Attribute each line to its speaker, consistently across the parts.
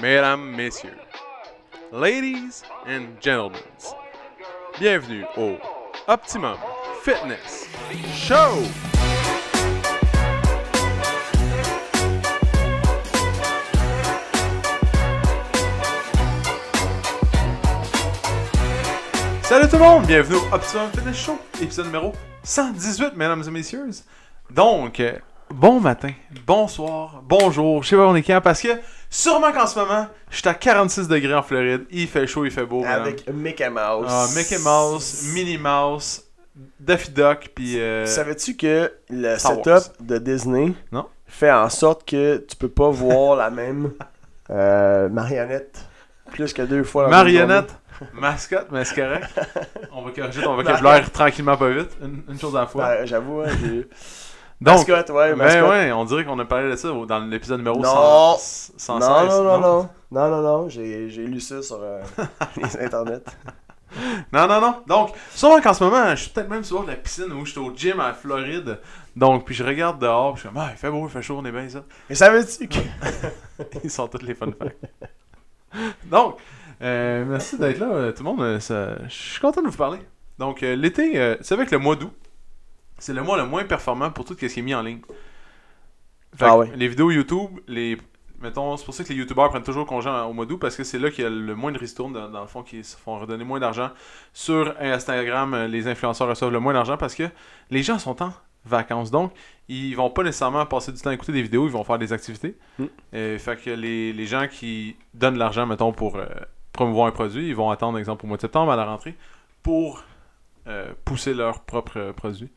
Speaker 1: mesdames, messieurs, ladies and gentlemen, bienvenue au Optimum Fitness Show! Salut tout le monde, bienvenue au Optimum Fitness Show, épisode numéro 118, mesdames et messieurs. Donc, euh, bon matin, bonsoir, bonjour, je sais pas où on est quand, parce que sûrement qu'en ce moment, je suis à 46 degrés en Floride, il fait chaud, il fait beau. mesdames.
Speaker 2: Avec Mickey Mouse.
Speaker 1: Ah, Mickey Mouse, Minnie Mouse, Daffy Duck, puis... euh,
Speaker 2: Savais-tu que le
Speaker 1: Star
Speaker 2: setup
Speaker 1: Wars.
Speaker 2: de Disney
Speaker 1: Non.
Speaker 2: fait en sorte que tu peux pas voir la même euh, marionnette plus que deux fois la même
Speaker 1: Marionnette, mascotte, mais c'est correct. On va corriger ton vocabulaire tranquillement, pas vite, une, une chose à la
Speaker 2: journée?
Speaker 1: fois.
Speaker 2: Ben, J'avoue, hein, j'ai-
Speaker 1: Donc,
Speaker 2: mascotte, ouais,
Speaker 1: ben
Speaker 2: mascotte.
Speaker 1: ouais, on dirait qu'on a parlé de ça au- dans l'épisode numéro
Speaker 2: Non.
Speaker 1: 100 116.
Speaker 2: Non, non, non, non. Non, non, non, j'ai j'ai lu ça sur euh, les internets.
Speaker 1: Non, non, non. Donc, sûrement qu'en ce moment, je suis peut-être même sur le bord de la piscine ou je suis au gym à Floride. Donc, puis je regarde dehors, puis je suis comme, ah, il fait beau, il fait chaud, on est bien ça.
Speaker 2: Mais savais-tu que.
Speaker 1: Ils sont tous les fun facts. Donc, euh, merci d'être là, euh, tout le monde. euh, ça- Je suis content de vous parler. Donc, euh, l'été, euh, c'est avec le mois d'août. C'est le mois le moins performant pour tout ce qui est mis en ligne. Fait
Speaker 2: Ah
Speaker 1: que
Speaker 2: ouais.
Speaker 1: Les vidéos YouTube, les. Mettons, c'est pour ça que les youtubeurs prennent toujours congé en- au mois d'août parce que c'est là qu'il y a le moins de ristournes, dans, dans le fond, qui se font redonner moins d'argent. Sur Instagram, euh, les influenceurs reçoivent le moins d'argent parce que les gens sont en vacances. Donc, ils vont pas nécessairement passer du temps à écouter des vidéos, ils vont faire des activités.
Speaker 2: Mm.
Speaker 1: Euh, fait que les, les gens qui donnent de l'argent, mettons, pour euh, promouvoir un produit, ils vont attendre, exemple, au mois de septembre à la rentrée pour euh, pousser leur propre euh, produit.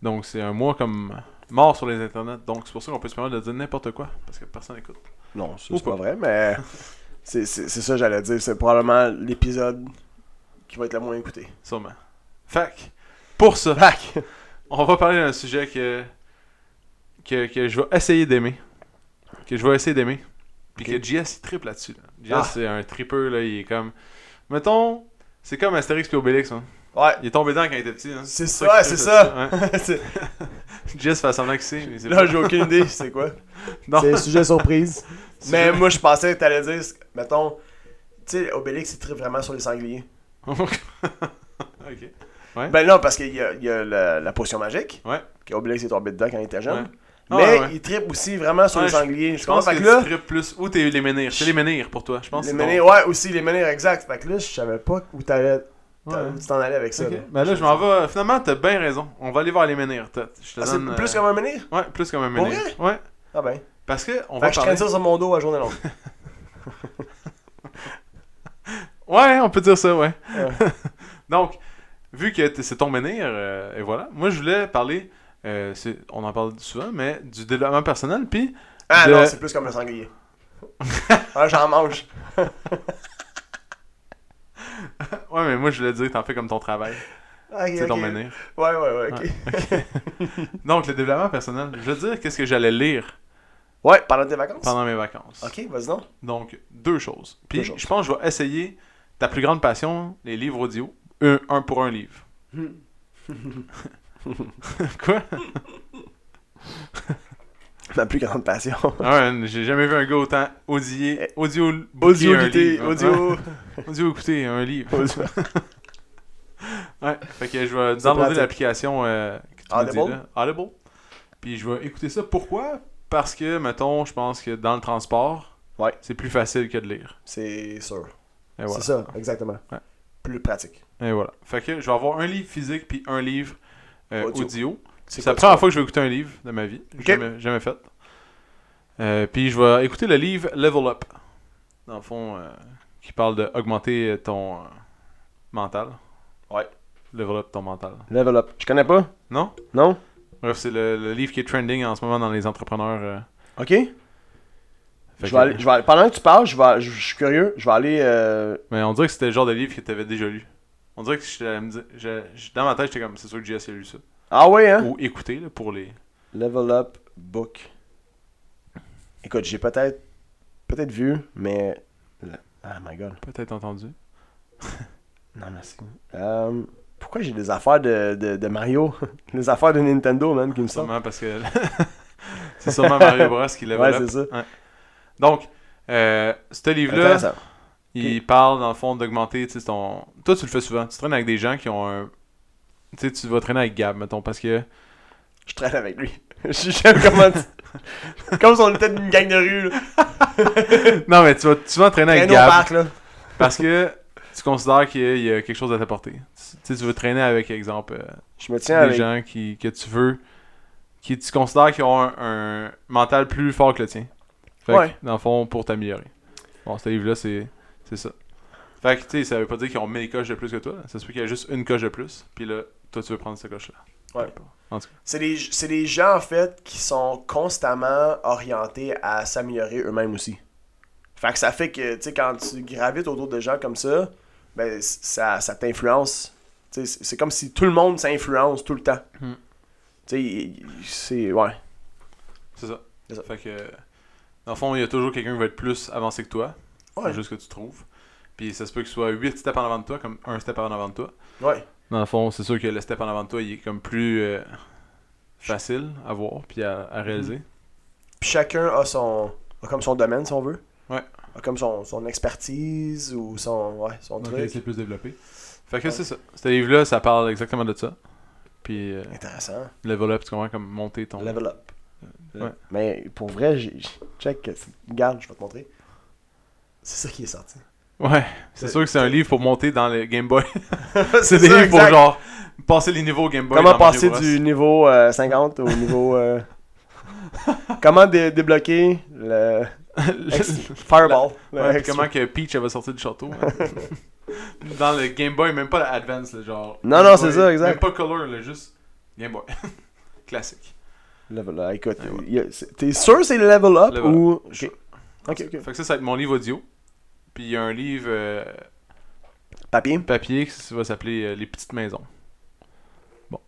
Speaker 1: Donc, c'est un mois comme mort sur les internets. Donc, c'est pour ça qu'on peut se permettre de dire n'importe quoi parce que personne n'écoute.
Speaker 2: Non, ça,
Speaker 1: Ou
Speaker 2: c'est pas
Speaker 1: pas.
Speaker 2: vrai, mais. C'est c'est- c'est ça, que j'allais dire. C'est probablement l'épisode qui va être le moins écouté.
Speaker 1: Sûrement. Fait que, pour ça, on va parler d'un sujet que, que, que je vais essayer d'aimer. Que je vais essayer d'aimer. Puis
Speaker 2: Ok.
Speaker 1: que JS, il triple là-dessus. là. JS,
Speaker 2: Ah.
Speaker 1: c'est un tripeur, là. Il est comme. Mettons, c'est comme Astérix puis Obélix, hein.
Speaker 2: Ouais.
Speaker 1: Il est tombé dedans quand il était petit, hein.
Speaker 2: C'est
Speaker 1: qu'il
Speaker 2: ça, ouais,
Speaker 1: tripe
Speaker 2: c'est ça.
Speaker 1: là-dessus,
Speaker 2: C'est-
Speaker 1: ouais. JS fait semblant que c'est, mais c'est
Speaker 2: Là, j'ai aucune idée, c'est quoi.
Speaker 1: Non.
Speaker 2: C'est un sujet surprise. Mais
Speaker 1: Sujet-
Speaker 2: moi, je pensais que t'allais dire, mettons, tu sais, Obélix, il tripe vraiment sur les sangliers.
Speaker 1: ok.
Speaker 2: Ben non, parce qu'il y a, il y a la, la potion magique.
Speaker 1: Ouais.
Speaker 2: Qu'Obélix est tombé dedans quand il était jeune.
Speaker 1: Ouais. Ah,
Speaker 2: Mais
Speaker 1: ouais, ouais.
Speaker 2: il tripe aussi vraiment sur
Speaker 1: Ouais,
Speaker 2: les sangliers.
Speaker 1: Je pense que,
Speaker 2: fait que là,
Speaker 1: tu tripes plus. Où t'es les menhirs C'est les menhirs pour toi, je pense.
Speaker 2: les
Speaker 1: que c'est ton-
Speaker 2: menhirs, ouais, aussi les menhirs, exact. Fait que là, je savais pas où t'allais,
Speaker 1: Ouais.
Speaker 2: t'a- où tu t'en allais avec ça.
Speaker 1: Ok,
Speaker 2: là.
Speaker 1: Ben là, je m'en vais. Finalement, t'as bien raison. On va aller voir les menhirs, Tot. Je te
Speaker 2: Ah, c'est
Speaker 1: donne. euh,
Speaker 2: plus comme un menhir?
Speaker 1: Ouais, plus comme un
Speaker 2: Pour
Speaker 1: menhir. Ouais.
Speaker 2: Ah ben.
Speaker 1: Parce que on
Speaker 2: fait
Speaker 1: va
Speaker 2: que je traîne
Speaker 1: parler.
Speaker 2: ça sur mon dos à journée longue.
Speaker 1: Ouais, on peut dire ça, ouais.
Speaker 2: Ouais.
Speaker 1: Donc, vu que t- c'est ton menhir, euh, et voilà. Moi, je voulais parler. euh, c'est- on en parle souvent, mais du développement personnel. Puis,
Speaker 2: Ah
Speaker 1: De-
Speaker 2: non, c'est plus comme le sanglier. ah, j'en mange.
Speaker 1: ouais, mais moi, je voulais dire que t'en fais comme ton travail.
Speaker 2: Ah, ok,
Speaker 1: c'est ton
Speaker 2: ok.
Speaker 1: menhir.
Speaker 2: Ouais, ouais, ouais, ok.
Speaker 1: Ouais. Donc, le développement personnel. Je veux dire, qu'est-ce que j'allais lire
Speaker 2: Ouais, pendant tes vacances?
Speaker 1: pendant mes vacances.
Speaker 2: Ok, vas-y donc.
Speaker 1: Donc, deux choses. Puis,
Speaker 2: Deux choses.
Speaker 1: je pense que je vais essayer ta plus grande passion, les livres audio. Un, un pour un livre.
Speaker 2: Hmm.
Speaker 1: Quoi?
Speaker 2: Ma plus grande passion.
Speaker 1: Ah ouais, j'ai jamais vu un gars autant audier,
Speaker 2: Eh,
Speaker 1: audio,
Speaker 2: Audio,
Speaker 1: bouquer un livre. Ouais,
Speaker 2: audio.
Speaker 1: audio écouter un livre.
Speaker 2: Audio.
Speaker 1: Ouais, fait que je vais
Speaker 2: C'est
Speaker 1: downloader
Speaker 2: pratique.
Speaker 1: l'application euh, que tu m'as dit,
Speaker 2: Audible.
Speaker 1: là, Audible. Puis je vais écouter ça. Pourquoi? Parce que, mettons, je pense que dans le transport,
Speaker 2: Ouais.
Speaker 1: c'est plus facile que de lire.
Speaker 2: C'est sûr.
Speaker 1: Et voilà.
Speaker 2: C'est ça, exactement.
Speaker 1: Ouais.
Speaker 2: Plus pratique.
Speaker 1: Et voilà. Fait que je vais avoir un livre physique puis un livre euh,
Speaker 2: Audio.
Speaker 1: audio.
Speaker 2: C'est
Speaker 1: C'est la
Speaker 2: quoi,
Speaker 1: première fois que je vais écouter un livre de ma vie.
Speaker 2: Ok.
Speaker 1: Jamais, jamais fait. Euh, puis je vais écouter le livre Level Up. Dans le fond, euh, qui parle de augmenter ton euh, mental.
Speaker 2: Ouais.
Speaker 1: Level Up ton mental.
Speaker 2: tu- Level up. Je connais pas?
Speaker 1: Non?
Speaker 2: Non?
Speaker 1: Bref, c'est le, le livre qui est trending en ce moment dans les entrepreneurs. euh.
Speaker 2: Ok.
Speaker 1: Fait
Speaker 2: Je
Speaker 1: que-
Speaker 2: vais aller- je vais aller- pendant que tu parles, je, vais, aller- je, je suis curieux. Je vais aller. euh,
Speaker 1: Mais on dirait que c'était le genre de livre que tu avais déjà lu. On dirait que j'étais à me dire- je- je- dans ma tête, j'étais comme, c'est sûr que JS a lu ça.
Speaker 2: Ah ouais, hein?
Speaker 1: Ou écouté, là, pour les...
Speaker 2: Level up book. Écoute, j'ai peut-être. Peut-être vu, mais. Ah my god.
Speaker 1: Peut-être entendu.
Speaker 2: Non, merci. Euh, pourquoi j'ai des affaires de, de, de Mario Les affaires de Nintendo, man, qui me sortent.
Speaker 1: Sûrement parce que... c'est sûrement Mario Bros qui level
Speaker 2: Ouais,
Speaker 1: up.
Speaker 2: c'est ça.
Speaker 1: Donc, Euh, ce livre-là,
Speaker 2: Intéressant.
Speaker 1: il parle dans le fond d'augmenter tu sais, ton. Toi, tu le fais souvent. Tu traînes avec des gens qui ont un. Tu sais, tu vas traîner avec Gab, mettons, parce que.
Speaker 2: Je traîne avec lui. Je sais jamais comment. tu- Comme si on était une gang de rue. Là.
Speaker 1: non, mais tu vas souvent traîner avec
Speaker 2: Traîne au
Speaker 1: Gab
Speaker 2: parc, là.
Speaker 1: parce que tu considères qu'il y a- il y a quelque chose à t'apporter. Tu sais, tu veux traîner avec, exemple, euh,
Speaker 2: Je me tiens
Speaker 1: des
Speaker 2: avec.
Speaker 1: gens qui, que tu veux, qui tu considères qu'ils ont un, un mental plus fort que le tien. Fait que,
Speaker 2: Ouais.
Speaker 1: dans le fond, pour t'améliorer. Bon, ce livre-là, c'est, c'est ça. Fait que, tu sais, ça veut pas dire qu'ils ont mille coches de plus que toi. Ça se peut qu'il y a juste une coche de plus. Puis là, toi, tu veux prendre cette coche-là.
Speaker 2: Ouais.
Speaker 1: En tout cas.
Speaker 2: C'est des, c'est des gens, en fait, qui sont constamment orientés à s'améliorer eux-mêmes aussi. Fait que ça fait que, tu sais, quand tu gravites autour de gens comme ça, ben, c- ça, ça t'influence. Tu sais, C'est c'est comme si tout le monde s'influence tout le temps.
Speaker 1: Hmm.
Speaker 2: Tu sais, il- il- c'est... Ouais.
Speaker 1: C'est ça.
Speaker 2: C'est ça.
Speaker 1: Fait que, dans le fond, il y a toujours quelqu'un qui va être plus avancé que toi.
Speaker 2: Ouais.
Speaker 1: Juste que tu trouves. Puis ça se peut qu'il soit 8 steps en avant de toi, comme un step en avant de toi.
Speaker 2: Ouais.
Speaker 1: Dans le fond, c'est sûr que le step en avant de toi, il est comme plus euh, facile à voir puis à, à
Speaker 2: Mm-hmm.
Speaker 1: réaliser.
Speaker 2: Puis chacun a son... a comme son domaine, si on veut.
Speaker 1: Ouais.
Speaker 2: A comme son, son expertise ou son... Ouais, son
Speaker 1: Donc,
Speaker 2: truc.
Speaker 1: c'est plus développé. Fait que
Speaker 2: Ouais.
Speaker 1: c'est ça. Ce livre-là, ça parle exactement de ça. Puis euh,
Speaker 2: Intéressant.
Speaker 1: level up, c'est comment comme monter ton.
Speaker 2: Level up. Euh,
Speaker 1: Ouais.
Speaker 2: Mais pour vrai, j'ai... j'ai- check, c'est- regarde, je vais te montrer. C'est ça qui est sorti.
Speaker 1: Ouais, c'est
Speaker 2: C'est-
Speaker 1: sûr que c'est un livre pour monter dans le Game Boy.
Speaker 2: c'est
Speaker 1: c'est des livres pour genre passer les niveaux au Game Boy.
Speaker 2: Comment
Speaker 1: dans Mario
Speaker 2: passer
Speaker 1: Bros.
Speaker 2: du niveau euh, 50 au niveau. euh, Comment dé- débloquer le ex-
Speaker 1: Le-
Speaker 2: Fireball. le
Speaker 1: Ouais, puis
Speaker 2: extra-
Speaker 1: comment que Peach elle va sortir du château hein. dans le Game Boy, même pas la Advance, là, genre.
Speaker 2: Non,
Speaker 1: Game
Speaker 2: non, c'est
Speaker 1: Boy,
Speaker 2: ça, exact.
Speaker 1: Même pas Color, là, juste Game Boy. Classique.
Speaker 2: Level up. Écoute,
Speaker 1: Ouais, ouais.
Speaker 2: il y a- c'est- t'es sûr que c'est le level up
Speaker 1: Level up.
Speaker 2: ou. Ok, ok. ok.
Speaker 1: Fait que ça, ça va être mon livre audio. Puis il y a un livre euh,
Speaker 2: Papier.
Speaker 1: papier qui s- va s'appeler euh, Les Petites Maisons. Bon.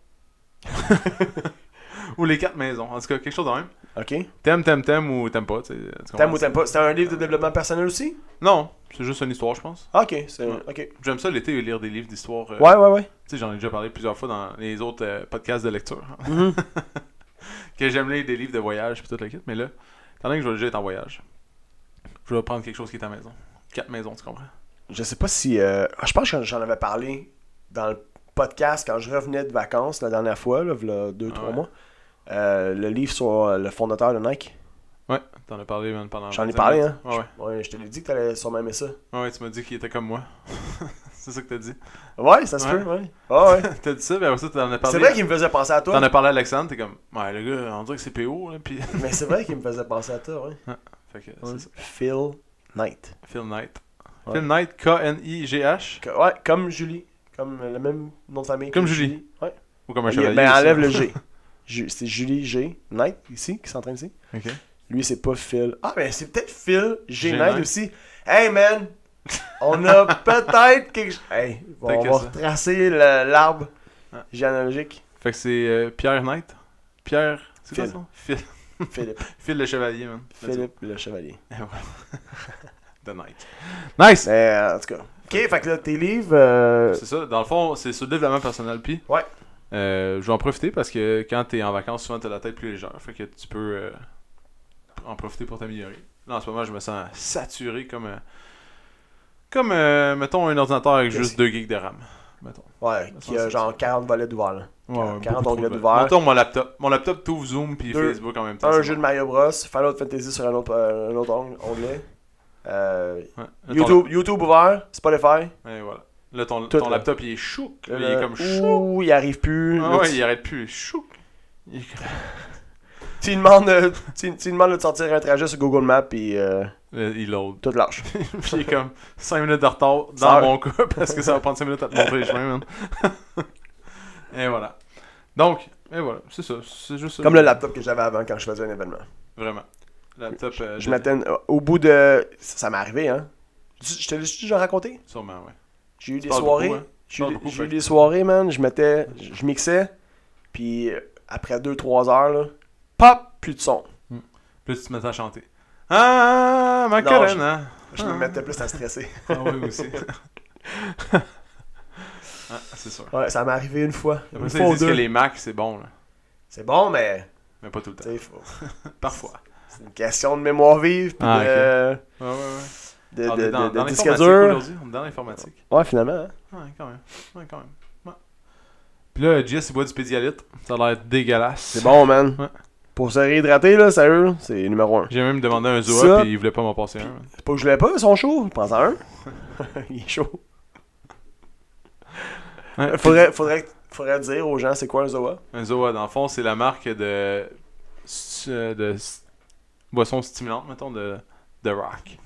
Speaker 1: ou Les Quatre Maisons. En tout cas, quelque chose de même.
Speaker 2: Ok.
Speaker 1: T'aimes, t'aimes, t'aimes ou t'aimes pas. tu sais, euh, tu comprends?
Speaker 2: T'aimes ou t'aimes pas C'est un livre de développement personnel aussi Ah,
Speaker 1: Non, c'est juste une histoire, je pense.
Speaker 2: Ok, c'est.
Speaker 1: Ouais.
Speaker 2: Ok.
Speaker 1: J'aime ça l'été lire des livres d'histoire. euh,
Speaker 2: Ouais, ouais, ouais.
Speaker 1: Tu sais, j'en ai déjà parlé plusieurs fois dans les autres euh, podcasts de lecture. hein,
Speaker 2: Mhm.
Speaker 1: que j'aime lire des livres de voyage puis tout le kit. Mais là, étant donné que je vais déjà être en voyage, je vais prendre quelque chose qui est à la maison. Quatre maisons, tu comprends?
Speaker 2: Je sais pas si. euh, Je pense que j'en avais parlé dans le podcast quand je revenais de vacances la dernière fois, là, v'là deux,
Speaker 1: Ah
Speaker 2: trois
Speaker 1: ouais.
Speaker 2: mois. Euh, le livre sur euh, le fondateur de Nike.
Speaker 1: Ouais, t'en as parlé même pendant.
Speaker 2: J'en ai
Speaker 1: 25
Speaker 2: parlé,
Speaker 1: minutes.
Speaker 2: hein.
Speaker 1: Ouais, ouais.
Speaker 2: Ouais, je te l'ai dit que t'allais sûrement aimer ça.
Speaker 1: Ouais, ouais, tu m'as dit qu'il était comme moi. c'est ça que t'as dit.
Speaker 2: Ouais, ça se
Speaker 1: Ouais.
Speaker 2: peut, ouais. Ah ouais.
Speaker 1: t'as dit ça, mais après ça, t'en as parlé.
Speaker 2: C'est vrai qu'il me faisait penser à toi.
Speaker 1: T'en as parlé à Alexandre, t'es comme, ouais, le gars, on dirait que c'est PO, là. Puis.
Speaker 2: Mais c'est vrai qu'il me faisait penser à toi, ouais.
Speaker 1: fait que
Speaker 2: Ouais.
Speaker 1: Ah, c'est ça.
Speaker 2: Phil Knight.
Speaker 1: Phil Knight.
Speaker 2: Ouais.
Speaker 1: Phil Knight, K-N-I-G-H.
Speaker 2: Que- ouais, comme Julie. Comme le même nom de famille. que
Speaker 1: Comme Julie.
Speaker 2: Ouais.
Speaker 1: Ou comme un
Speaker 2: Mais
Speaker 1: chevalier.
Speaker 2: ben,
Speaker 1: aussi.
Speaker 2: enlève le G. Ju- c'est Julie G. Knight, ici, qui s'entraîne ici.
Speaker 1: Ok.
Speaker 2: Lui, c'est pas Phil. Ah, mais c'est peut-être Phil G.
Speaker 1: G.
Speaker 2: Knight
Speaker 1: Knight.
Speaker 2: aussi. Hey, man! On a peut-être quelque chose. Hey, on
Speaker 1: T'inquiète,
Speaker 2: va
Speaker 1: ça.
Speaker 2: retracer le- l'arbre
Speaker 1: Ah.
Speaker 2: généalogique.
Speaker 1: Fait que c'est euh, Pierre Knight. Pierre. C'est quoi
Speaker 2: Phil.
Speaker 1: son nom? Phil.
Speaker 2: Philippe.
Speaker 1: Phil le chevalier, man.
Speaker 2: Philippe le Chevalier.
Speaker 1: Et voilà. The Knight. Nice!
Speaker 2: Mais euh, en tout cas. Ok, fait que là, tes livres. euh,
Speaker 1: C'est ça, dans le fond, c'est sur le développement personnel. Puis,
Speaker 2: Ouais.
Speaker 1: euh, je vais en profiter parce que quand t'es en vacances, souvent t'as la tête plus légère. Fait que tu peux euh, en profiter pour t'améliorer. Là, en ce moment, je me sens saturé comme. euh, comme, euh, mettons, un ordinateur avec
Speaker 2: Qu'est-ce
Speaker 1: juste 2 gigs de RAM. Mettons.
Speaker 2: Ouais, qui a genre 40 volets d'ouvert là.
Speaker 1: Ouais, ouais,
Speaker 2: 40
Speaker 1: beaucoup
Speaker 2: onglets
Speaker 1: trop,
Speaker 2: d'ouvert.
Speaker 1: Mettons mon laptop. Mon laptop, tout Zoom puis
Speaker 2: Deux.
Speaker 1: Facebook en même temps.
Speaker 2: Un
Speaker 1: c'est
Speaker 2: jeu
Speaker 1: bon.
Speaker 2: de Mario Bros, Fallout Fantasy sur un autre, euh, un autre ong- onglet. Euh,
Speaker 1: Ouais. Là, ton
Speaker 2: YouTube, YouTube ouvert, Spotify.
Speaker 1: lap- Ouais, voilà. Là, ton,
Speaker 2: Tout,
Speaker 1: ton
Speaker 2: là.
Speaker 1: laptop, il est chou. Il
Speaker 2: Là,
Speaker 1: est comme chou.
Speaker 2: Ouh, il arrive plus.
Speaker 1: Ah
Speaker 2: Là,
Speaker 1: ouais,
Speaker 2: tu,
Speaker 1: il arrête plus. Chou. Il est
Speaker 2: tu lui demandes, euh, tu, tu lui demandes de sortir un trajet sur Google Maps et euh,
Speaker 1: Euh, Il load.
Speaker 2: tout lâche.
Speaker 1: Puis il est comme 5 minutes de retard dans
Speaker 2: Sœur.
Speaker 1: mon cas parce que ça va prendre 5 minutes à te montrer les chemins, man. et voilà. Donc, et voilà, c'est ça. C'est juste ça.
Speaker 2: Comme le laptop que j'avais avant quand je faisais un événement.
Speaker 1: Vraiment. Laptop. euh,
Speaker 2: Je
Speaker 1: de-
Speaker 2: m'attends. Au bout de. Ça, ça m'est arrivé, hein. Tu- Je te l'ai déjà raconté?
Speaker 1: Sûrement, ouais.
Speaker 2: J'ai eu des
Speaker 1: parles
Speaker 2: soirées.
Speaker 1: beaucoup, hein.
Speaker 2: J'ai eu,
Speaker 1: parles beaucoup,
Speaker 2: j'ai eu
Speaker 1: fait.
Speaker 2: des soirées, man. Je mettais. Je je mixais. Puis euh, après 2-3 heures, là. Pop! Plus de son.
Speaker 1: Puis là, tu te mets à chanter. Ah, ma
Speaker 2: Non,
Speaker 1: colonne,
Speaker 2: je-
Speaker 1: hein.
Speaker 2: Je me mettais plus à stresser.
Speaker 1: Ah, oui, aussi. ah, c'est sûr.
Speaker 2: Ouais, ça m'est arrivé une fois. Une
Speaker 1: Après ça,
Speaker 2: fois
Speaker 1: ils
Speaker 2: ou
Speaker 1: disent que
Speaker 2: deux.
Speaker 1: les Macs, c'est bon, là.
Speaker 2: C'est bon, mais.
Speaker 1: Mais pas tout le temps.
Speaker 2: tu sais, faut-
Speaker 1: Parfois.
Speaker 2: C'est une question de mémoire vive. Puis
Speaker 1: Ah,
Speaker 2: de-
Speaker 1: Ouais, ouais, ouais. Ah,
Speaker 2: de, de- hein.
Speaker 1: dans
Speaker 2: de- de
Speaker 1: dans
Speaker 2: disque
Speaker 1: l'informatique
Speaker 2: dur.
Speaker 1: aujourd'hui, on est dans l'informatique.
Speaker 2: Ouais, finalement. hein.
Speaker 1: Ouais, quand même. Ouais, quand même. Ouais. Puis là, Jess, il boit du pédialyte. Ça a l'air dégueulasse.
Speaker 2: C'est bon, man.
Speaker 1: Ouais.
Speaker 2: Pour se réhydrater, là, sérieux, c'est numéro un.
Speaker 1: J'ai même demandé un
Speaker 2: Ça-
Speaker 1: Zoa, puis il voulait pas m'en passer un.
Speaker 2: C'est pas que je voulais pas, ils sont chauds. Prends-en un. Il est chaud.
Speaker 1: Ouais.
Speaker 2: Euh, Faudrait, faudrait, faudrait dire aux gens c'est quoi un Zoa.
Speaker 1: Un Zoa, dans le fond, c'est la marque de. de s- boisson stimulante, mettons, de, de rock.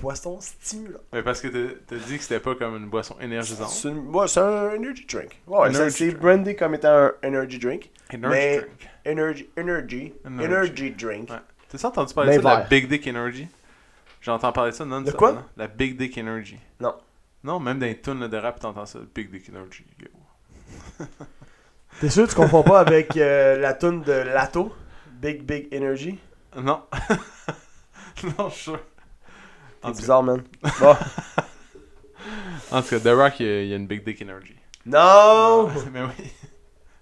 Speaker 2: Boisson stimulant.
Speaker 1: Mais parce que t'as- t'as dit que c'était pas comme une boisson énergisante.
Speaker 2: C'est une- ouais, c'est un energy drink. Ouais,
Speaker 1: Energy
Speaker 2: c'est- c'est
Speaker 1: drink.
Speaker 2: brandé comme étant un energy drink.
Speaker 1: Energy
Speaker 2: Mais-
Speaker 1: drink.
Speaker 2: Energy, energy,
Speaker 1: Energy.
Speaker 2: energy, drink.
Speaker 1: Ouais. T'as ça entendu parler de ça,
Speaker 2: Mais
Speaker 1: de la
Speaker 2: vert.
Speaker 1: Big Dick Energy J'entends parler de ça non
Speaker 2: De quoi?
Speaker 1: La Big Dick Energy.
Speaker 2: Non.
Speaker 1: Non, même dans les tunes là, de rap, t'entends ça. Big Dick Energy. yo.
Speaker 2: T'es sûr que tu confonds pas avec euh, la toune de Lato? Big Big Energy?
Speaker 1: Non. non, je suis sûr. En
Speaker 2: C'est
Speaker 1: tout
Speaker 2: bizarre, man. Bon.
Speaker 1: En tout cas, The Rock, il y a- il y a une Big Dick Energy.
Speaker 2: non!
Speaker 1: Mais Oh. Ben oui.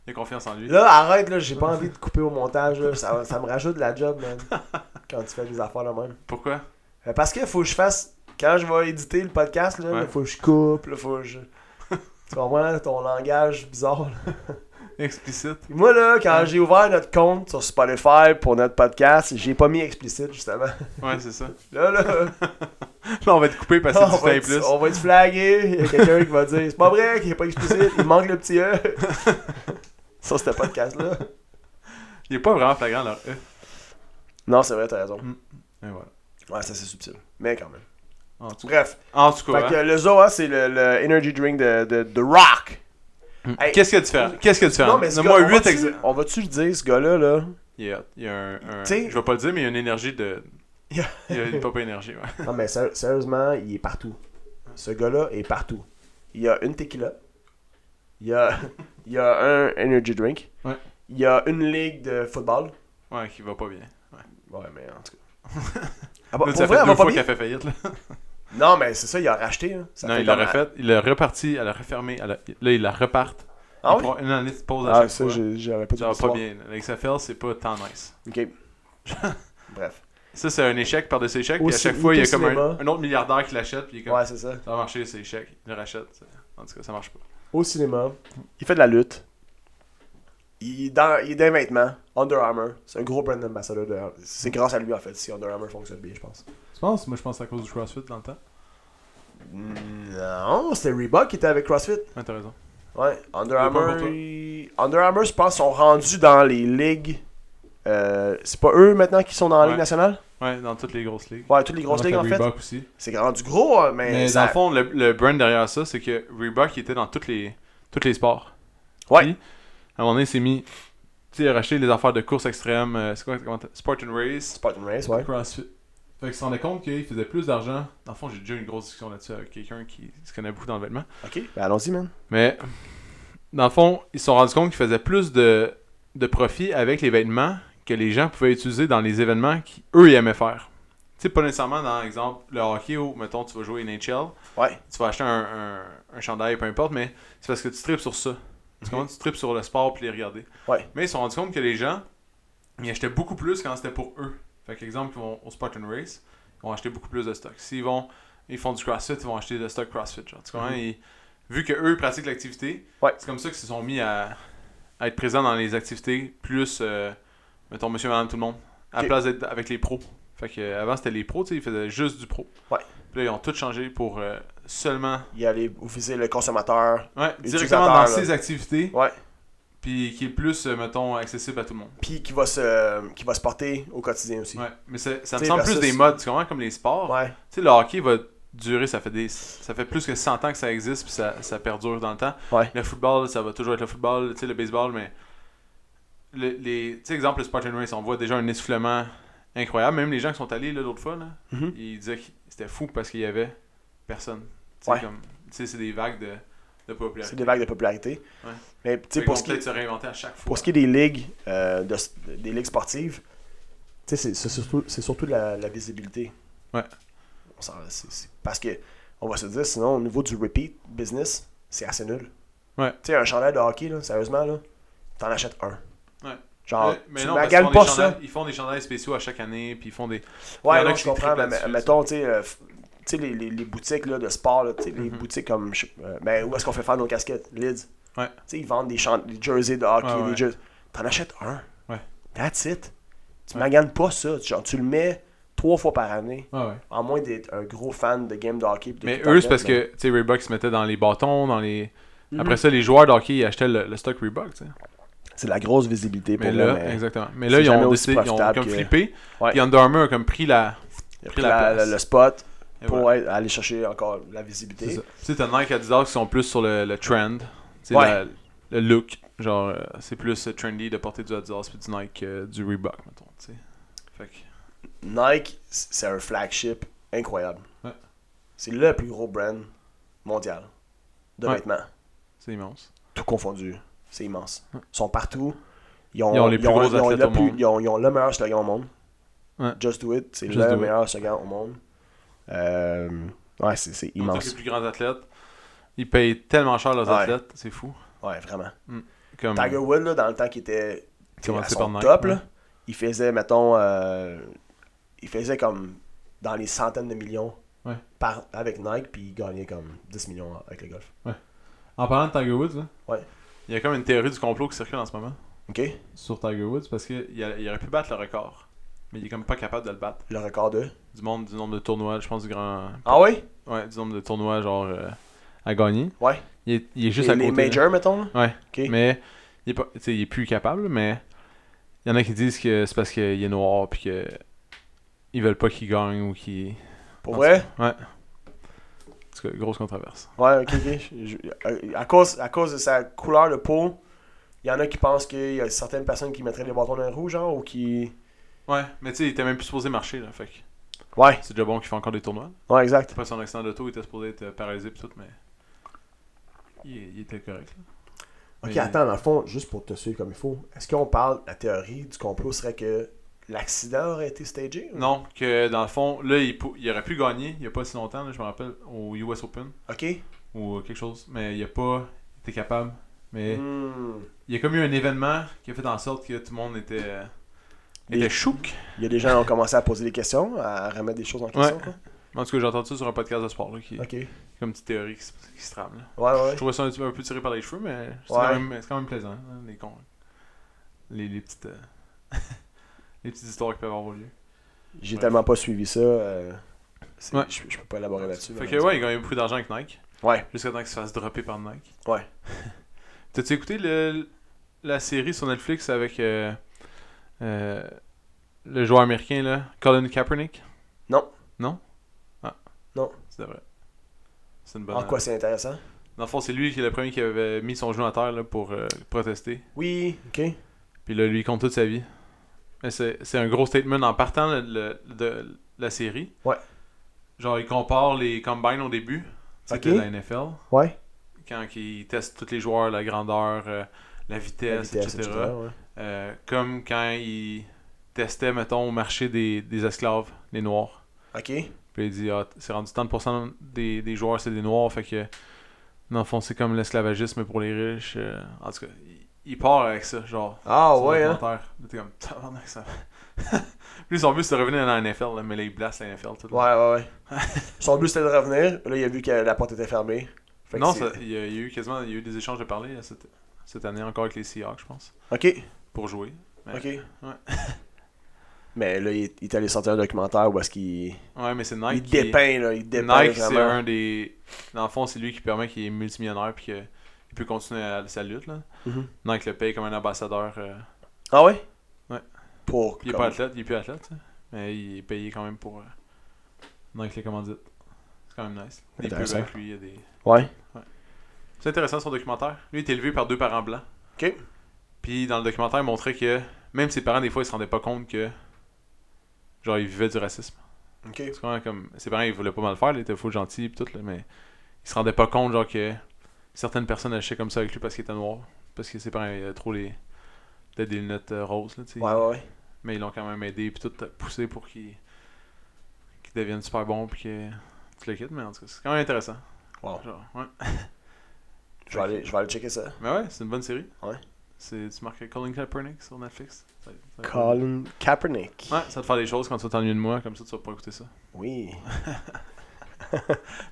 Speaker 1: Il a confiance en lui.
Speaker 2: Là, arrête, là, j'ai pas envie de couper au montage, là. Ça, ça me rajoute de la job, man. Quand tu fais des affaires là même.
Speaker 1: Pourquoi
Speaker 2: Euh, Parce que faut que je fasse. Quand je vais éditer le podcast, là,
Speaker 1: Ouais.
Speaker 2: faut que je coupe, là, faut que je. tu comprends ton langage bizarre, là.
Speaker 1: Explicite.
Speaker 2: Puis moi, là, quand j'ai ouvert notre compte sur Spotify pour notre podcast, j'ai pas mis explicite, justement.
Speaker 1: Ouais, c'est ça.
Speaker 2: Là, là.
Speaker 1: Là, on va être coupé parce que
Speaker 2: on,
Speaker 1: tu
Speaker 2: va
Speaker 1: fais
Speaker 2: être,
Speaker 1: plus.
Speaker 2: on va être flagué. Il y a quelqu'un qui va dire C'est pas vrai qu'il n'est pas explicite, il manque le petit E. Sur ce podcast-là.
Speaker 1: Il est pas vraiment flagrant, leur E.
Speaker 2: Non, c'est vrai, t'as raison.
Speaker 1: Mais voilà.
Speaker 2: Ouais, ça c'est subtil. Mais quand même.
Speaker 1: En tout cas.
Speaker 2: Bref.
Speaker 1: En tout cas,
Speaker 2: Fait que
Speaker 1: hein.
Speaker 2: le Zoa, c'est le, le energy drink de, de, de Rock.
Speaker 1: Hmm.
Speaker 2: Hey.
Speaker 1: Qu'est-ce qu'il y a de différent Qu'est-ce qu'il y a de différent
Speaker 2: ce
Speaker 1: Donne-moi
Speaker 2: gars, on
Speaker 1: 8
Speaker 2: va-tu-
Speaker 1: exemples.
Speaker 2: On va-tu le dire, ce gars-là, là
Speaker 1: Il y a, il y a un, un-
Speaker 2: T'sais-
Speaker 1: Je vais pas le dire, mais il y a une énergie de.
Speaker 2: Il y a-
Speaker 1: Il y a une pop énergie, ouais.
Speaker 2: Non, mais ser- sérieusement, il est partout. Ce gars-là est partout. Il y a une tequila. Il y a, il y a un energy drink.
Speaker 1: Ouais.
Speaker 2: Il y a une ligue de football.
Speaker 1: Ouais, qui va pas bien. Ouais.
Speaker 2: Ouais, mais en tout cas. Ah, bah,
Speaker 1: Là,
Speaker 2: pour
Speaker 1: ça
Speaker 2: vrai,
Speaker 1: fait
Speaker 2: elle va
Speaker 1: deux
Speaker 2: pas
Speaker 1: fois
Speaker 2: bien.
Speaker 1: qu'il a fait faillite, là.
Speaker 2: Non, mais c'est ça, il a racheté. hein. Ça
Speaker 1: non,
Speaker 2: fait
Speaker 1: il l'a
Speaker 2: comme-
Speaker 1: refait, il l'a reparti, elle l'a refermé, elle a- là, il la reparte.
Speaker 2: Ah
Speaker 1: Il
Speaker 2: oui?
Speaker 1: prend une année de pause à
Speaker 2: Ah,
Speaker 1: chaque
Speaker 2: ça,
Speaker 1: fois.
Speaker 2: j'ai- j'avais pas dit
Speaker 1: Ça va pas bien. L'XFL, c'est pas tant nice.
Speaker 2: Ok. Bref.
Speaker 1: Ça, c'est un échec par-dessus échec, puis à
Speaker 2: Aussi-
Speaker 1: chaque fois, il y a
Speaker 2: au
Speaker 1: comme un,
Speaker 2: cinéma.
Speaker 1: un autre milliardaire qui l'achète, puis il est comme
Speaker 2: Ouais, c'est ça.
Speaker 1: ça va marcher, c'est échec, il le rachète. c'est- En tout cas, ça marche pas.
Speaker 2: Au cinéma. Il fait de la lutte. Il est dans, il est dans les vêtements. Under Armour. C'est un gros brand ambassador. de- C'est grâce à lui, en fait, si Under Armour fonctionne bien, je pense.
Speaker 1: Tu penses Moi, je pense à cause du CrossFit dans le temps.
Speaker 2: Non, c'était Reebok qui était avec CrossFit.
Speaker 1: Ouais, t'as raison.
Speaker 2: Ouais, Under
Speaker 1: Il est bon pour
Speaker 2: Armour.
Speaker 1: toi.
Speaker 2: ils- Under Armour, je pense, sont rendus dans les ligues. Euh, c'est pas eux maintenant qui sont dans la
Speaker 1: Ouais.
Speaker 2: Ligue nationale
Speaker 1: Ouais, dans toutes les grosses ligues.
Speaker 2: Ouais, toutes les grosses
Speaker 1: On a
Speaker 2: ligues en fait.
Speaker 1: Reebok aussi.
Speaker 2: C'est rendu gros, hein, mais.
Speaker 1: Mais
Speaker 2: ça-
Speaker 1: dans le fond, le, le brand derrière ça, c'est que Reebok il était dans tous les, tous les sports.
Speaker 2: Ouais.
Speaker 1: Puis, à un moment donné, il s'est mis. Tu sais, il a racheté les affaires de course extrême, euh, c'est quoi, comment t'as- Sport and Race,
Speaker 2: Spartan Race, ouais.
Speaker 1: CrossFit. Fait qu'il se rendait compte qu'il faisait plus d'argent. Dans le fond, j'ai déjà eu une grosse discussion là-dessus avec quelqu'un qui se connaît beaucoup dans le vêtement.
Speaker 2: Ok. Ben allons-y, man.
Speaker 1: Mais dans le fond, ils se sont rendus compte qu'ils faisaient plus de, de profit avec les vêtements que les gens pouvaient utiliser dans les événements qu'eux aimaient faire. Tu sais, pas nécessairement dans, exemple, le hockey où, mettons, tu vas jouer NHL,
Speaker 2: Ouais.
Speaker 1: tu vas acheter un, un, un chandail, peu importe, mais c'est parce que tu tripes sur ça. Tu comprends? Tu tripes sur le sport puis les regarder.
Speaker 2: Ouais.
Speaker 1: Mais ils se sont rendus compte que les gens, ils achetaient beaucoup plus quand c'était pour eux. Fait qu'exemple, ils vont au Spartan Race, ils vont acheter beaucoup plus de stock. S'ils vont, ils font du CrossFit, ils vont acheter de stock CrossFit. Genre. Tu comprends? Ils- vu que eux pratiquent l'activité,
Speaker 2: Mhm. Ouais.
Speaker 1: c'est comme ça qu'ils se sont mis à, à être présents dans les activités plus, euh, mettons, monsieur, madame, tout le monde, à
Speaker 2: Ok.
Speaker 1: la place d'être avec les pros. Fait que, euh, avant c'était les pros, tu sais, ils faisaient juste du pro.
Speaker 2: Ouais.
Speaker 1: Puis là, ils ont tout changé pour euh, seulement
Speaker 2: Il y a les viser le consommateur.
Speaker 1: Ouais,
Speaker 2: Utilisateur,
Speaker 1: directement dans
Speaker 2: là.
Speaker 1: ses activités,
Speaker 2: Ouais.
Speaker 1: puis qui est plus, euh, mettons, accessible à tout le monde.
Speaker 2: Puis qui va se qui va se porter au quotidien aussi. Ouais.
Speaker 1: Ouais, mais c'est- ça me
Speaker 2: T'sais,
Speaker 1: semble plus
Speaker 2: versus-
Speaker 1: des modes, tu comprends, comme les sports.
Speaker 2: Ouais.
Speaker 1: Tu sais, le hockey va durer, ça fait des, ça fait plus que 100 ans que ça existe, puis ça, ça perdure dans le temps.
Speaker 2: Ouais.
Speaker 1: Le football, ça va toujours être le football, tu sais, le baseball, mais... le- les, tu sais, exemple, le Spartan Race, on voit déjà un essoufflement incroyable. Même les gens qui sont allés là, l'autre fois, là,
Speaker 2: Mhm.
Speaker 1: ils disaient que c'était fou parce qu'il y avait personne. Tu sais,
Speaker 2: Ouais.
Speaker 1: comme- tu sais, c'est des vagues de, de
Speaker 2: C'est
Speaker 1: popularité.
Speaker 2: des vagues de popularité.
Speaker 1: Ouais.
Speaker 2: Mais
Speaker 1: Fait
Speaker 2: tu sais
Speaker 1: qu'ils
Speaker 2: pour
Speaker 1: vont
Speaker 2: ce qui
Speaker 1: peut-être se réinventer à chaque fois.
Speaker 2: pour ce qui est des ligues euh, de, des ligues sportives, tu sais c'est- c'est surtout c'est surtout de la, la visibilité.
Speaker 1: Ouais.
Speaker 2: On s'en- c'est- c'est- parce que on va se dire sinon au niveau du repeat business, c'est assez nul.
Speaker 1: Ouais.
Speaker 2: Tu sais un chandail de hockey là, sérieusement là, t'en achètes un.
Speaker 1: Ouais.
Speaker 2: Genre,
Speaker 1: Mais- Euh, mais
Speaker 2: tu
Speaker 1: non, parce qu'ils
Speaker 2: maganes
Speaker 1: font
Speaker 2: pas
Speaker 1: des
Speaker 2: ça.
Speaker 1: chandails- Ils font des chandails spéciaux à chaque année, puis ils font des. Il y
Speaker 2: Ouais,
Speaker 1: en a
Speaker 2: non,
Speaker 1: qui
Speaker 2: je comprends,
Speaker 1: trippent
Speaker 2: mais
Speaker 1: là-dessus,
Speaker 2: mais- mettons, tu sais, euh, f- tu sais, les, les, les boutiques là, de sport, là, tu sais, les
Speaker 1: Mhm.
Speaker 2: boutiques comme. je sais- euh, ben, où est-ce qu'on fait faire nos casquettes Lids.
Speaker 1: Ouais.
Speaker 2: Tu sais, ils vendent des, chan- des jerseys de hockey,
Speaker 1: Ouais, ouais.
Speaker 2: des jerseys. T'en achètes un.
Speaker 1: Ouais.
Speaker 2: That's it. Tu
Speaker 1: Ouais.
Speaker 2: maganes pas ça. Genre, tu le mets trois fois par année,
Speaker 1: Ouais, ouais.
Speaker 2: en moins d'être un gros fan de game de hockey. pis de
Speaker 1: Mais
Speaker 2: tout
Speaker 1: eux,
Speaker 2: en
Speaker 1: c'est parce
Speaker 2: fait, mais-
Speaker 1: que, tu sais, Reebok se mettait dans les bâtons, dans les.
Speaker 3: Mhm.
Speaker 1: Après ça, les joueurs de hockey, ils achetaient le, le stock Reebok, tu sais.
Speaker 2: C'est de la grosse visibilité Ah, pour
Speaker 1: Mais
Speaker 2: eux.
Speaker 1: là,
Speaker 2: mais
Speaker 1: exactement. Mais
Speaker 2: c'est
Speaker 1: là, ils
Speaker 2: jamais
Speaker 1: ont
Speaker 2: aussi
Speaker 1: décidé, ils ont
Speaker 2: profitable
Speaker 1: comme
Speaker 2: que-
Speaker 1: flippé.
Speaker 2: Ouais.
Speaker 1: Puis Under Armour a comme pris la.
Speaker 2: il a
Speaker 1: pris
Speaker 2: pris
Speaker 1: la
Speaker 2: la-
Speaker 1: place.
Speaker 2: le spot
Speaker 1: Et
Speaker 2: pour
Speaker 1: voilà.
Speaker 2: être- aller chercher encore la visibilité.
Speaker 1: C'est ça. Tu sais, t'as Nike Adidas qui sont plus sur le, le trend. Tu sais,
Speaker 2: Ouais.
Speaker 1: la- le look. Genre, euh, c'est plus euh, trendy de porter du Adidas puis du Nike, euh, du Reebok, mettons, tu sais. Fait que.
Speaker 2: Nike, c- c'est un flagship incroyable.
Speaker 1: Ouais.
Speaker 2: C'est le plus gros brand mondial de
Speaker 1: Ouais.
Speaker 2: vêtements,
Speaker 1: C'est immense.
Speaker 2: tout confondu. C'est immense.
Speaker 1: Ouais.
Speaker 2: Ils sont partout. Ils ont,
Speaker 1: Ils ont les plus gros
Speaker 2: ils ont
Speaker 1: athlètes
Speaker 2: le
Speaker 1: au monde.
Speaker 2: Ils ont, ils ont le meilleur slogan au monde.
Speaker 1: Ouais.
Speaker 2: Just Do It, c'est
Speaker 1: Just
Speaker 2: le
Speaker 1: Do It.
Speaker 2: meilleur slogan au monde. Euh, ouais, c'est c'est
Speaker 1: Ils ont tous
Speaker 2: immense.
Speaker 1: les plus grands athlètes. Ils payent tellement cher leurs
Speaker 2: Ouais.
Speaker 1: athlètes, c'est fou.
Speaker 2: Ouais, vraiment.
Speaker 1: Comme,
Speaker 2: Tiger Woods, là, dans le temps qu'il était
Speaker 1: Commencé
Speaker 2: à son
Speaker 1: par Nike,
Speaker 2: top,
Speaker 1: ouais.
Speaker 2: là, il faisait, mettons, euh, il faisait comme dans les centaines de millions
Speaker 1: Ouais.
Speaker 2: par, avec Nike, puis il gagnait comme 10 millions avec le golf.
Speaker 1: En parlant de Tiger Woods, là,
Speaker 2: Ouais.
Speaker 1: il y a comme une théorie du complot qui circule en ce moment
Speaker 2: OK?
Speaker 1: sur Tiger Woods parce qu'il il a- il aurait pu battre le record, mais il est comme pas capable de le battre.
Speaker 2: Le record de.
Speaker 1: Du monde, du nombre de tournois, je pense, du grand.
Speaker 2: Ah oui?
Speaker 1: Ouais, du nombre de tournois, genre, euh, à gagner.
Speaker 2: Ouais.
Speaker 1: Il est, il est juste
Speaker 2: les,
Speaker 1: à côté.
Speaker 2: les
Speaker 1: là.
Speaker 2: majors, mettons. là?
Speaker 1: Ouais.
Speaker 2: OK.
Speaker 1: Mais il est, pas- tu sais, il est plus capable, mais il y en a qui disent que c'est parce qu'il est noir puis que ils veulent pas qu'il gagne ou qu'il.
Speaker 2: Pour
Speaker 1: en
Speaker 2: vrai?
Speaker 1: En tout cas, grosse controverse.
Speaker 2: Ouais, ok, ok. Je- je- à, cause, à cause de sa couleur de peau, il y en a qui pensent qu'il y a certaines personnes qui mettraient des bâtons dans les roues, genre, ou qui.
Speaker 1: Ouais, mais tu sais, il était même plus supposé marcher là, fait que
Speaker 2: Ouais,
Speaker 1: c'est déjà bon qu'il fait encore des tournois.
Speaker 2: ouais, exact.
Speaker 1: Après son accident d'auto, il était supposé être euh, paralysé pis tout, mais il, il était correct. là.
Speaker 2: Ok,
Speaker 1: Mais-
Speaker 2: attends, dans le fond, juste pour te suivre comme il faut, est-ce qu'on parle, la théorie du complot serait que l'accident aurait été stagé? ou-
Speaker 1: Non, que dans le fond, là, il, pou- il aurait pu gagner il y a pas si longtemps, là, je me rappelle, au US Open
Speaker 2: Ok.
Speaker 1: ou euh, quelque chose, mais il a pas été capable. Mais
Speaker 2: Hmm.
Speaker 1: il y a comme eu un événement qui a fait en sorte que tout le monde était, euh,
Speaker 2: Les-
Speaker 1: était chouc.
Speaker 2: Il y a des gens qui ont commencé à poser des questions, à remettre des choses en question,
Speaker 1: Ouais.
Speaker 2: quoi.
Speaker 1: En tout cas, j'ai entendu ça sur un podcast de sport, là, qui
Speaker 2: Ok. Ouais,
Speaker 1: comme une petite théorie qui se, qui se trame. là.
Speaker 2: ouais.
Speaker 1: Je trouvais ça un, petit- un peu tiré par les cheveux, mais c'est
Speaker 2: Ouais.
Speaker 1: quand, même- c'est quand même plaisant, hein, les cons. Les, les petites. euh, les petites histoires qui peuvent avoir lieu.
Speaker 2: J'ai
Speaker 1: Ouais.
Speaker 2: tellement pas suivi ça. euh, c'est-
Speaker 1: Ouais.
Speaker 2: je, je peux pas élaborer là-dessus.
Speaker 1: Fait
Speaker 2: mais-
Speaker 1: que ouais, il gagne beaucoup d'argent avec Nike.
Speaker 2: Ouais.
Speaker 1: Jusqu'à temps qu'il se fasse dropper par Nike.
Speaker 2: Ouais.
Speaker 1: T'as-tu écouté le- la série sur Netflix avec euh, euh, le joueur américain là, Colin Kaepernick?
Speaker 2: Non.
Speaker 1: Non? Ah.
Speaker 2: Non.
Speaker 1: C'est vrai. C'est une bonne.
Speaker 2: En quoi c'est intéressant?
Speaker 1: Dans le fond, c'est lui qui est le premier qui avait mis son genou à terre là, pour euh, protester.
Speaker 2: Oui. Ok.
Speaker 1: Puis là, lui, il compte toute sa vie. Mais c'est c'est un gros statement en partant le- le- de la série.
Speaker 2: Ouais.
Speaker 1: Genre, il compare les combines au début. Tu sais,
Speaker 2: Ok.
Speaker 1: de la NFL.
Speaker 2: Ouais.
Speaker 1: Quand ils testent tous les joueurs, la grandeur, euh, la
Speaker 2: La
Speaker 1: vitesse,
Speaker 2: vitesse,
Speaker 1: etc.
Speaker 2: etc., ouais.
Speaker 1: Euh, comme quand ils testaient, mettons, au marché des, des esclaves, les noirs.
Speaker 2: Ok.
Speaker 1: Puis il dit, ah, t- c'est rendu 30% des, des joueurs, c'est des noirs. Fait que, dans le fond, c'est comme l'esclavagisme pour les riches. euh. en tout cas, il- il part avec ça, genre.
Speaker 2: Ah
Speaker 1: Sur
Speaker 2: ouais,
Speaker 1: le
Speaker 2: hein?
Speaker 1: commentaire. Là, t'es comme, tabarnak, ça. Lui, son but, c'est de revenir dans la NFL, là, mais là, il blast la NFL. Tout le
Speaker 2: Ouais, ouais, ouais. Son but c'était de revenir. Là, il a vu que la porte était fermée. Fait
Speaker 1: temps.
Speaker 2: que
Speaker 1: Non,
Speaker 2: c'est-
Speaker 1: ça- il y, a, il y a eu quasiment il y a eu des échanges de parler là, cette, cette année encore avec les Seahawks, je pense,
Speaker 2: Ok,
Speaker 1: pour jouer. Ouais.
Speaker 2: ok. Mais là, il est, il est allé sortir un documentaire où est-ce qu'il.
Speaker 1: Ouais, mais c'est Nike.
Speaker 2: Il
Speaker 1: qui-
Speaker 2: dépeint, là. Il dépeint
Speaker 1: Nike, c'est
Speaker 2: vraiment.
Speaker 1: un des. Dans le fond, c'est lui qui permet qu'il est multimillionnaire puis qu'il peut continuer à- sa lutte. Là.
Speaker 2: Mhm.
Speaker 1: Nike le paye comme un ambassadeur. euh.
Speaker 2: Ah ouais?
Speaker 1: Ouais.
Speaker 2: Pour.
Speaker 1: Il est
Speaker 2: comme-
Speaker 1: pas athlète, il est plus athlète, hein, mais il est payé quand même pour. euh, Nike les commandites. C'est quand même nice. Des pubs
Speaker 2: Intéressant.
Speaker 1: avec lui, il y a des.
Speaker 2: Ouais.
Speaker 1: C'est intéressant son documentaire. Lui il était élevé par deux parents blancs.
Speaker 2: Ok.
Speaker 1: Puis dans le documentaire, il montrait que même ses parents, des fois, ils se rendaient pas compte que. Genre, ils vivaient du racisme.
Speaker 2: Ok.
Speaker 1: C'est quand même comme. Ses parents, ils voulaient pas mal faire, là, ils étaient faux gentils pis tout, là, mais ils se rendaient pas compte, genre, que certaines personnes agissaient comme ça avec lui parce qu'il était noir. Parce que ses parents, ils avaient trop les. Peut-être des lunettes euh, roses, là, tu sais.
Speaker 2: Ouais, ouais, ouais.
Speaker 1: Mais ils l'ont quand même aidé, puis tout poussé pour qu'il. qu'il devienne super bon, puis que. Tu le quittes, mais en tout cas, c'est quand même intéressant.
Speaker 2: Wow.
Speaker 1: Genre, ouais.
Speaker 2: Je vais aller, je vais aller checker ça.
Speaker 1: Mais Bah ouais, c'est une bonne série.
Speaker 2: Ouais.
Speaker 1: C'est, tu marques Colin Kaepernick sur Netflix. Ça- ça-
Speaker 2: Colin Kaepernick.
Speaker 1: Ouais, ça va te faire des choses quand tu vas t'ennuyer de moi, comme ça tu vas pas écouter ça.
Speaker 2: Oui.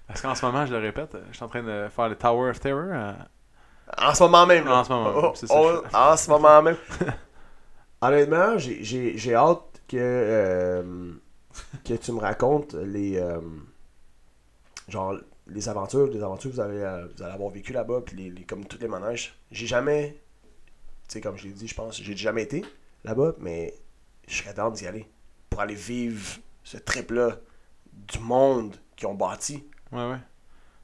Speaker 1: Parce qu'en ce moment, je le répète, euh, je suis en train de faire le Tower of Terror. euh,
Speaker 2: En ce moment même. là.
Speaker 1: En ce moment même,
Speaker 2: Oh,
Speaker 1: c'est ça.
Speaker 2: oh, en ce moment même. Honnêtement, j'ai- j'ai j'ai hâte que, euh, que tu me racontes les euh, genre les aventures, les aventures que vous allez, euh, vous allez avoir vécu là-bas, puis les, les- comme tous les manèges. J'ai jamais, tu sais, comme je l'ai dit, je pense, j'ai jamais été là-bas, mais je serais d'ordre d'y aller pour aller vivre ce trip-là du monde qu'ils ont bâti.
Speaker 1: Ouais, ouais.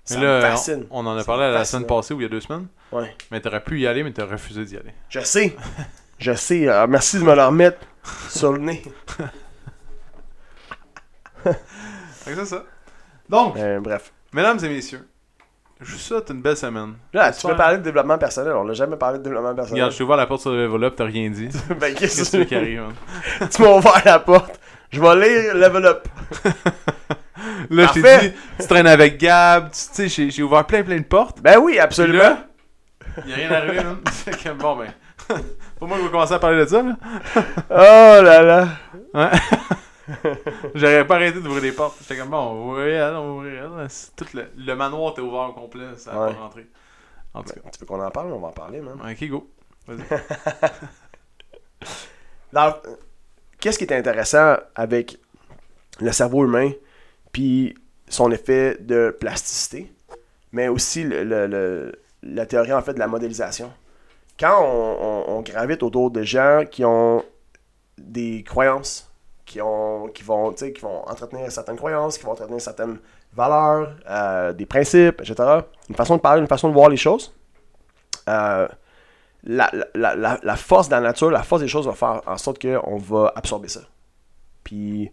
Speaker 2: Ça
Speaker 1: Mais là,
Speaker 2: me
Speaker 1: euh,
Speaker 2: fascine.
Speaker 1: on, on en a
Speaker 2: Ça
Speaker 1: parlé
Speaker 2: me
Speaker 1: la
Speaker 2: fascine.
Speaker 1: semaine passée ou il y a deux semaines.
Speaker 2: Ouais.
Speaker 1: Mais t'aurais pu y aller, mais t'as refusé d'y aller.
Speaker 2: Je sais. Je sais. euh, merci de me le remettre sur le nez.
Speaker 1: Fait que c'est ça. Donc,
Speaker 2: Euh, bref.
Speaker 1: mesdames et messieurs, je vous souhaite une belle semaine.
Speaker 2: Là, tu
Speaker 1: J'espère-
Speaker 2: peux parler de développement personnel. On n'a jamais parlé de développement personnel.
Speaker 1: Regarde, je t'ai ouvert la porte sur le level up, t'as rien dit. Qu'est-ce
Speaker 2: ben,
Speaker 1: que
Speaker 2: qu'est-ce
Speaker 1: tu veux qui
Speaker 2: que
Speaker 1: arrive, man?
Speaker 2: tu m'as ouvert la porte? Je vais lire Level Up.
Speaker 1: Là, je t'ai
Speaker 2: Parfait.
Speaker 1: dit, tu traînes avec Gab, tu tu sais, j'ai- j'ai ouvert plein plein de portes.
Speaker 2: Ben oui,
Speaker 1: Puis
Speaker 2: absolument.
Speaker 1: là, il a rien arrivé, man. Fait que bon, ben. Pour moi, qu'on va commencer à parler de ça, là.
Speaker 2: Oh là là.
Speaker 1: J'aurais pas arrêté d'ouvrir les portes. J'étais comme, bon, on va ouvrir elle, on va ouvrir elle. C'est Tout le, le manoir était ouvert au complet, ça a
Speaker 2: Ouais.
Speaker 1: pas rentré. En tout
Speaker 2: Tu veux qu'on en parle? On va en parler, man.
Speaker 1: cas, ok, go.
Speaker 2: Dans- Qu'est-ce qui est intéressant avec le cerveau humain, puis son effet de plasticité, mais aussi le- le- le- la théorie en fait de la modélisation. Quand on, on- on gravite autour de gens qui ont des croyances, qui, ont, qui, vont, tu sais, qui vont entretenir certaines croyances, qui vont entretenir certaines valeurs, euh, des principes, etc., une façon de parler, une façon de voir les choses, euh, la, la- la- la force de la nature, la force des choses va faire en sorte qu'on va absorber ça. Puis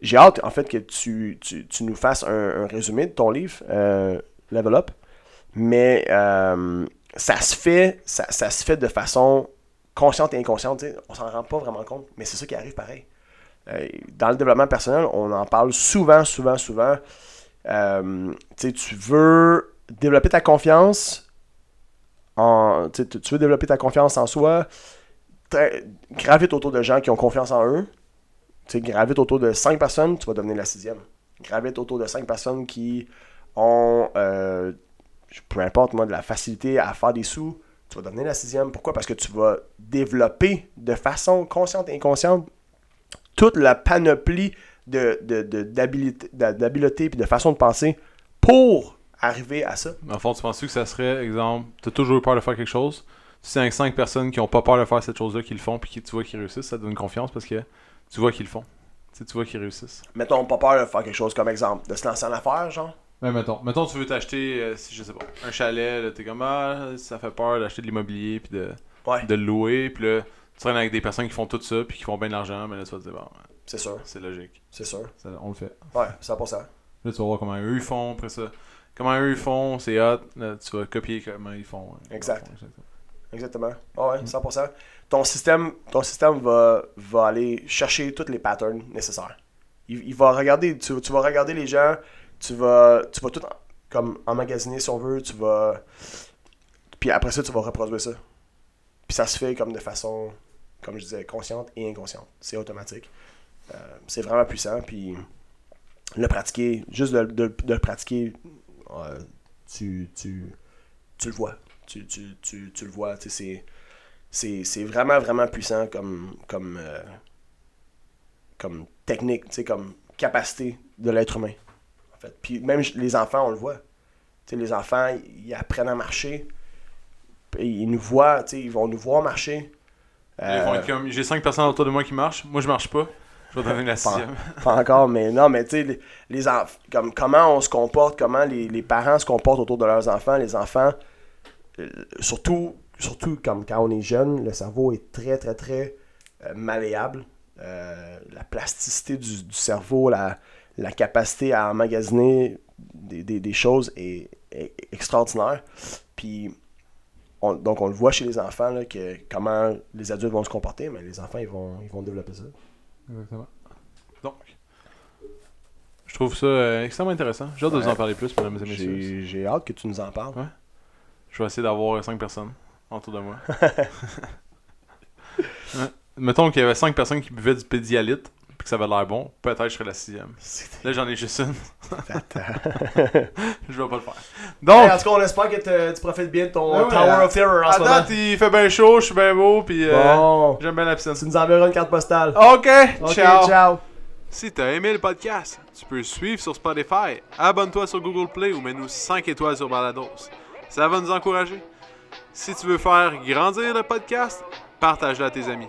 Speaker 2: j'ai hâte, en fait, que tu, tu- tu nous fasses un, un résumé de ton livre, euh, Level Up. Mais euh, ça se fait, ça, ça se fait de façon consciente et inconsciente. tu sais. On s'en rend pas vraiment compte, mais c'est ça qui arrive pareil. Euh, dans le développement personnel, on en parle souvent, souvent, souvent. Euh, tu sais, tu veux développer ta confiance, en- tu sais, tu- tu veux développer ta confiance en soi, tra- gravite autour de gens qui ont confiance en eux. Tu sais, gravite autour de 5 personnes, tu vas devenir la sixième. Gravite autour de 5 personnes qui ont, euh, je- peu importe moi, de la facilité à faire des sous, tu vas devenir la sixième. Pourquoi? Parce que tu vas développer de façon consciente et inconsciente toute la panoplie de, de, de- d'habileté- d'a- d'habileté et de façon de penser pour arriver à ça.
Speaker 1: En fond, tu penses que ça serait, exemple, t'as toujours eu peur de faire quelque chose. Tu sais, avec cinq personnes qui ont pas peur de faire cette chose-là, qui le font, puis qui, tu vois qu'ils réussissent, ça te donne confiance parce que tu vois qu'ils le font. Tu sais, tu vois qu'ils réussissent.
Speaker 2: Mettons, pas peur de faire quelque chose comme exemple, de se lancer en affaires, genre.
Speaker 1: Ben, mettons, mettons, tu veux t'acheter, euh, si je sais pas, un chalet, là, t'es comme, ah, ça fait peur d'acheter de l'immobilier, puis de,
Speaker 2: Ouais,
Speaker 1: de le louer, puis là, tu traînes avec des personnes qui font tout ça, puis qui font bien de l'argent, mais là, tu vas te dire, bon, ouais,
Speaker 2: c'est sûr,
Speaker 1: c'est logique,
Speaker 2: c'est sûr.
Speaker 1: Ça, on le fait.
Speaker 2: Ouais, 100%.
Speaker 1: Là, tu vas voir comment eux ils font, après ça, comment eux ils font, c'est hot, là, tu vas copier comment ils font. hein,
Speaker 2: Exact.
Speaker 1: comment ils font, exactement.
Speaker 2: Exactement. Ah ouais, 100%. Ton système, ton système va, va aller chercher tous les patterns nécessaires. Il, il va regarder, tu, tu vas regarder les gens, tu vas, tu vas tout en- comme emmagasiner si on veut, tu vas. Puis après ça, tu vas reproduire ça. Puis ça se fait comme de façon, comme je disais, consciente et inconsciente. C'est automatique. Euh, c'est vraiment puissant. Puis le pratiquer, juste de, de- de le pratiquer, euh, tu, tu, tu le vois. Tu, tu, tu, tu le vois. tu sais, c'est- C'est c'est vraiment, vraiment puissant comme, comme, euh, comme technique, tu sais, comme capacité de l'être humain. En fait. Puis même j- les enfants, on le voit. Tu sais, les enfants, ils apprennent à marcher. Puis Ils nous voient, tu sais, ils vont nous voir marcher.
Speaker 1: Ils vont
Speaker 2: Euh,
Speaker 1: être comme, j'ai cinq personnes autour de moi qui marchent, moi je marche pas, je vais donner la
Speaker 2: Pas-
Speaker 1: sixième.
Speaker 2: Pas encore, mais non, mais tu sais, les, les enf- comme comment on se comporte, comment les, les parents se comportent autour de leurs enfants, les enfants, euh, surtout, surtout comme quand on est jeune, le cerveau est très, très, très euh, malléable. Euh, la plasticité du, du cerveau, la, la capacité à emmagasiner des, des- des choses est, est extraordinaire. Puis, on- donc, on le voit chez les enfants, là, que comment les adultes vont se comporter, mais les enfants, ils vont, ils vont développer ça.
Speaker 1: Exactement. Donc, je trouve ça euh, extrêmement intéressant. J'ai hâte de vous en
Speaker 2: Ouais.
Speaker 1: parler plus, mesdames et messieurs.
Speaker 2: J'ai j'ai hâte que tu nous en parles.
Speaker 1: Je vais essayer d'avoir 5 personnes. autour de moi. Hein? Mettons qu'il y avait 5 personnes qui buvaient du pédialyte puis que ça avait l'air bon, peut-être je serais la sixième.
Speaker 2: C'est
Speaker 1: Là, j'en ai juste une. Je vais pas le faire.
Speaker 2: Hey,
Speaker 1: Donc,
Speaker 2: en tout cas, on espère que te- tu profites bien de ton
Speaker 1: Ah Ouais, ouais,
Speaker 2: Tower
Speaker 1: à-
Speaker 2: of Terror en
Speaker 1: à
Speaker 2: ce moment.
Speaker 1: date, il fait bien chaud, je suis bien beau, puis euh,
Speaker 2: Bon,
Speaker 1: j'aime bien l'absence.
Speaker 2: tu nous enverras une carte postale.
Speaker 1: OK,
Speaker 2: Ok,
Speaker 1: Oh, ciao.
Speaker 2: ciao.
Speaker 1: Si t'as aimé le podcast, tu peux le suivre sur Spotify, abonne-toi sur Google Play ou mets-nous 5 étoiles sur Balados. Ça va nous encourager. Si tu veux faire grandir le podcast, partage-le à tes amis.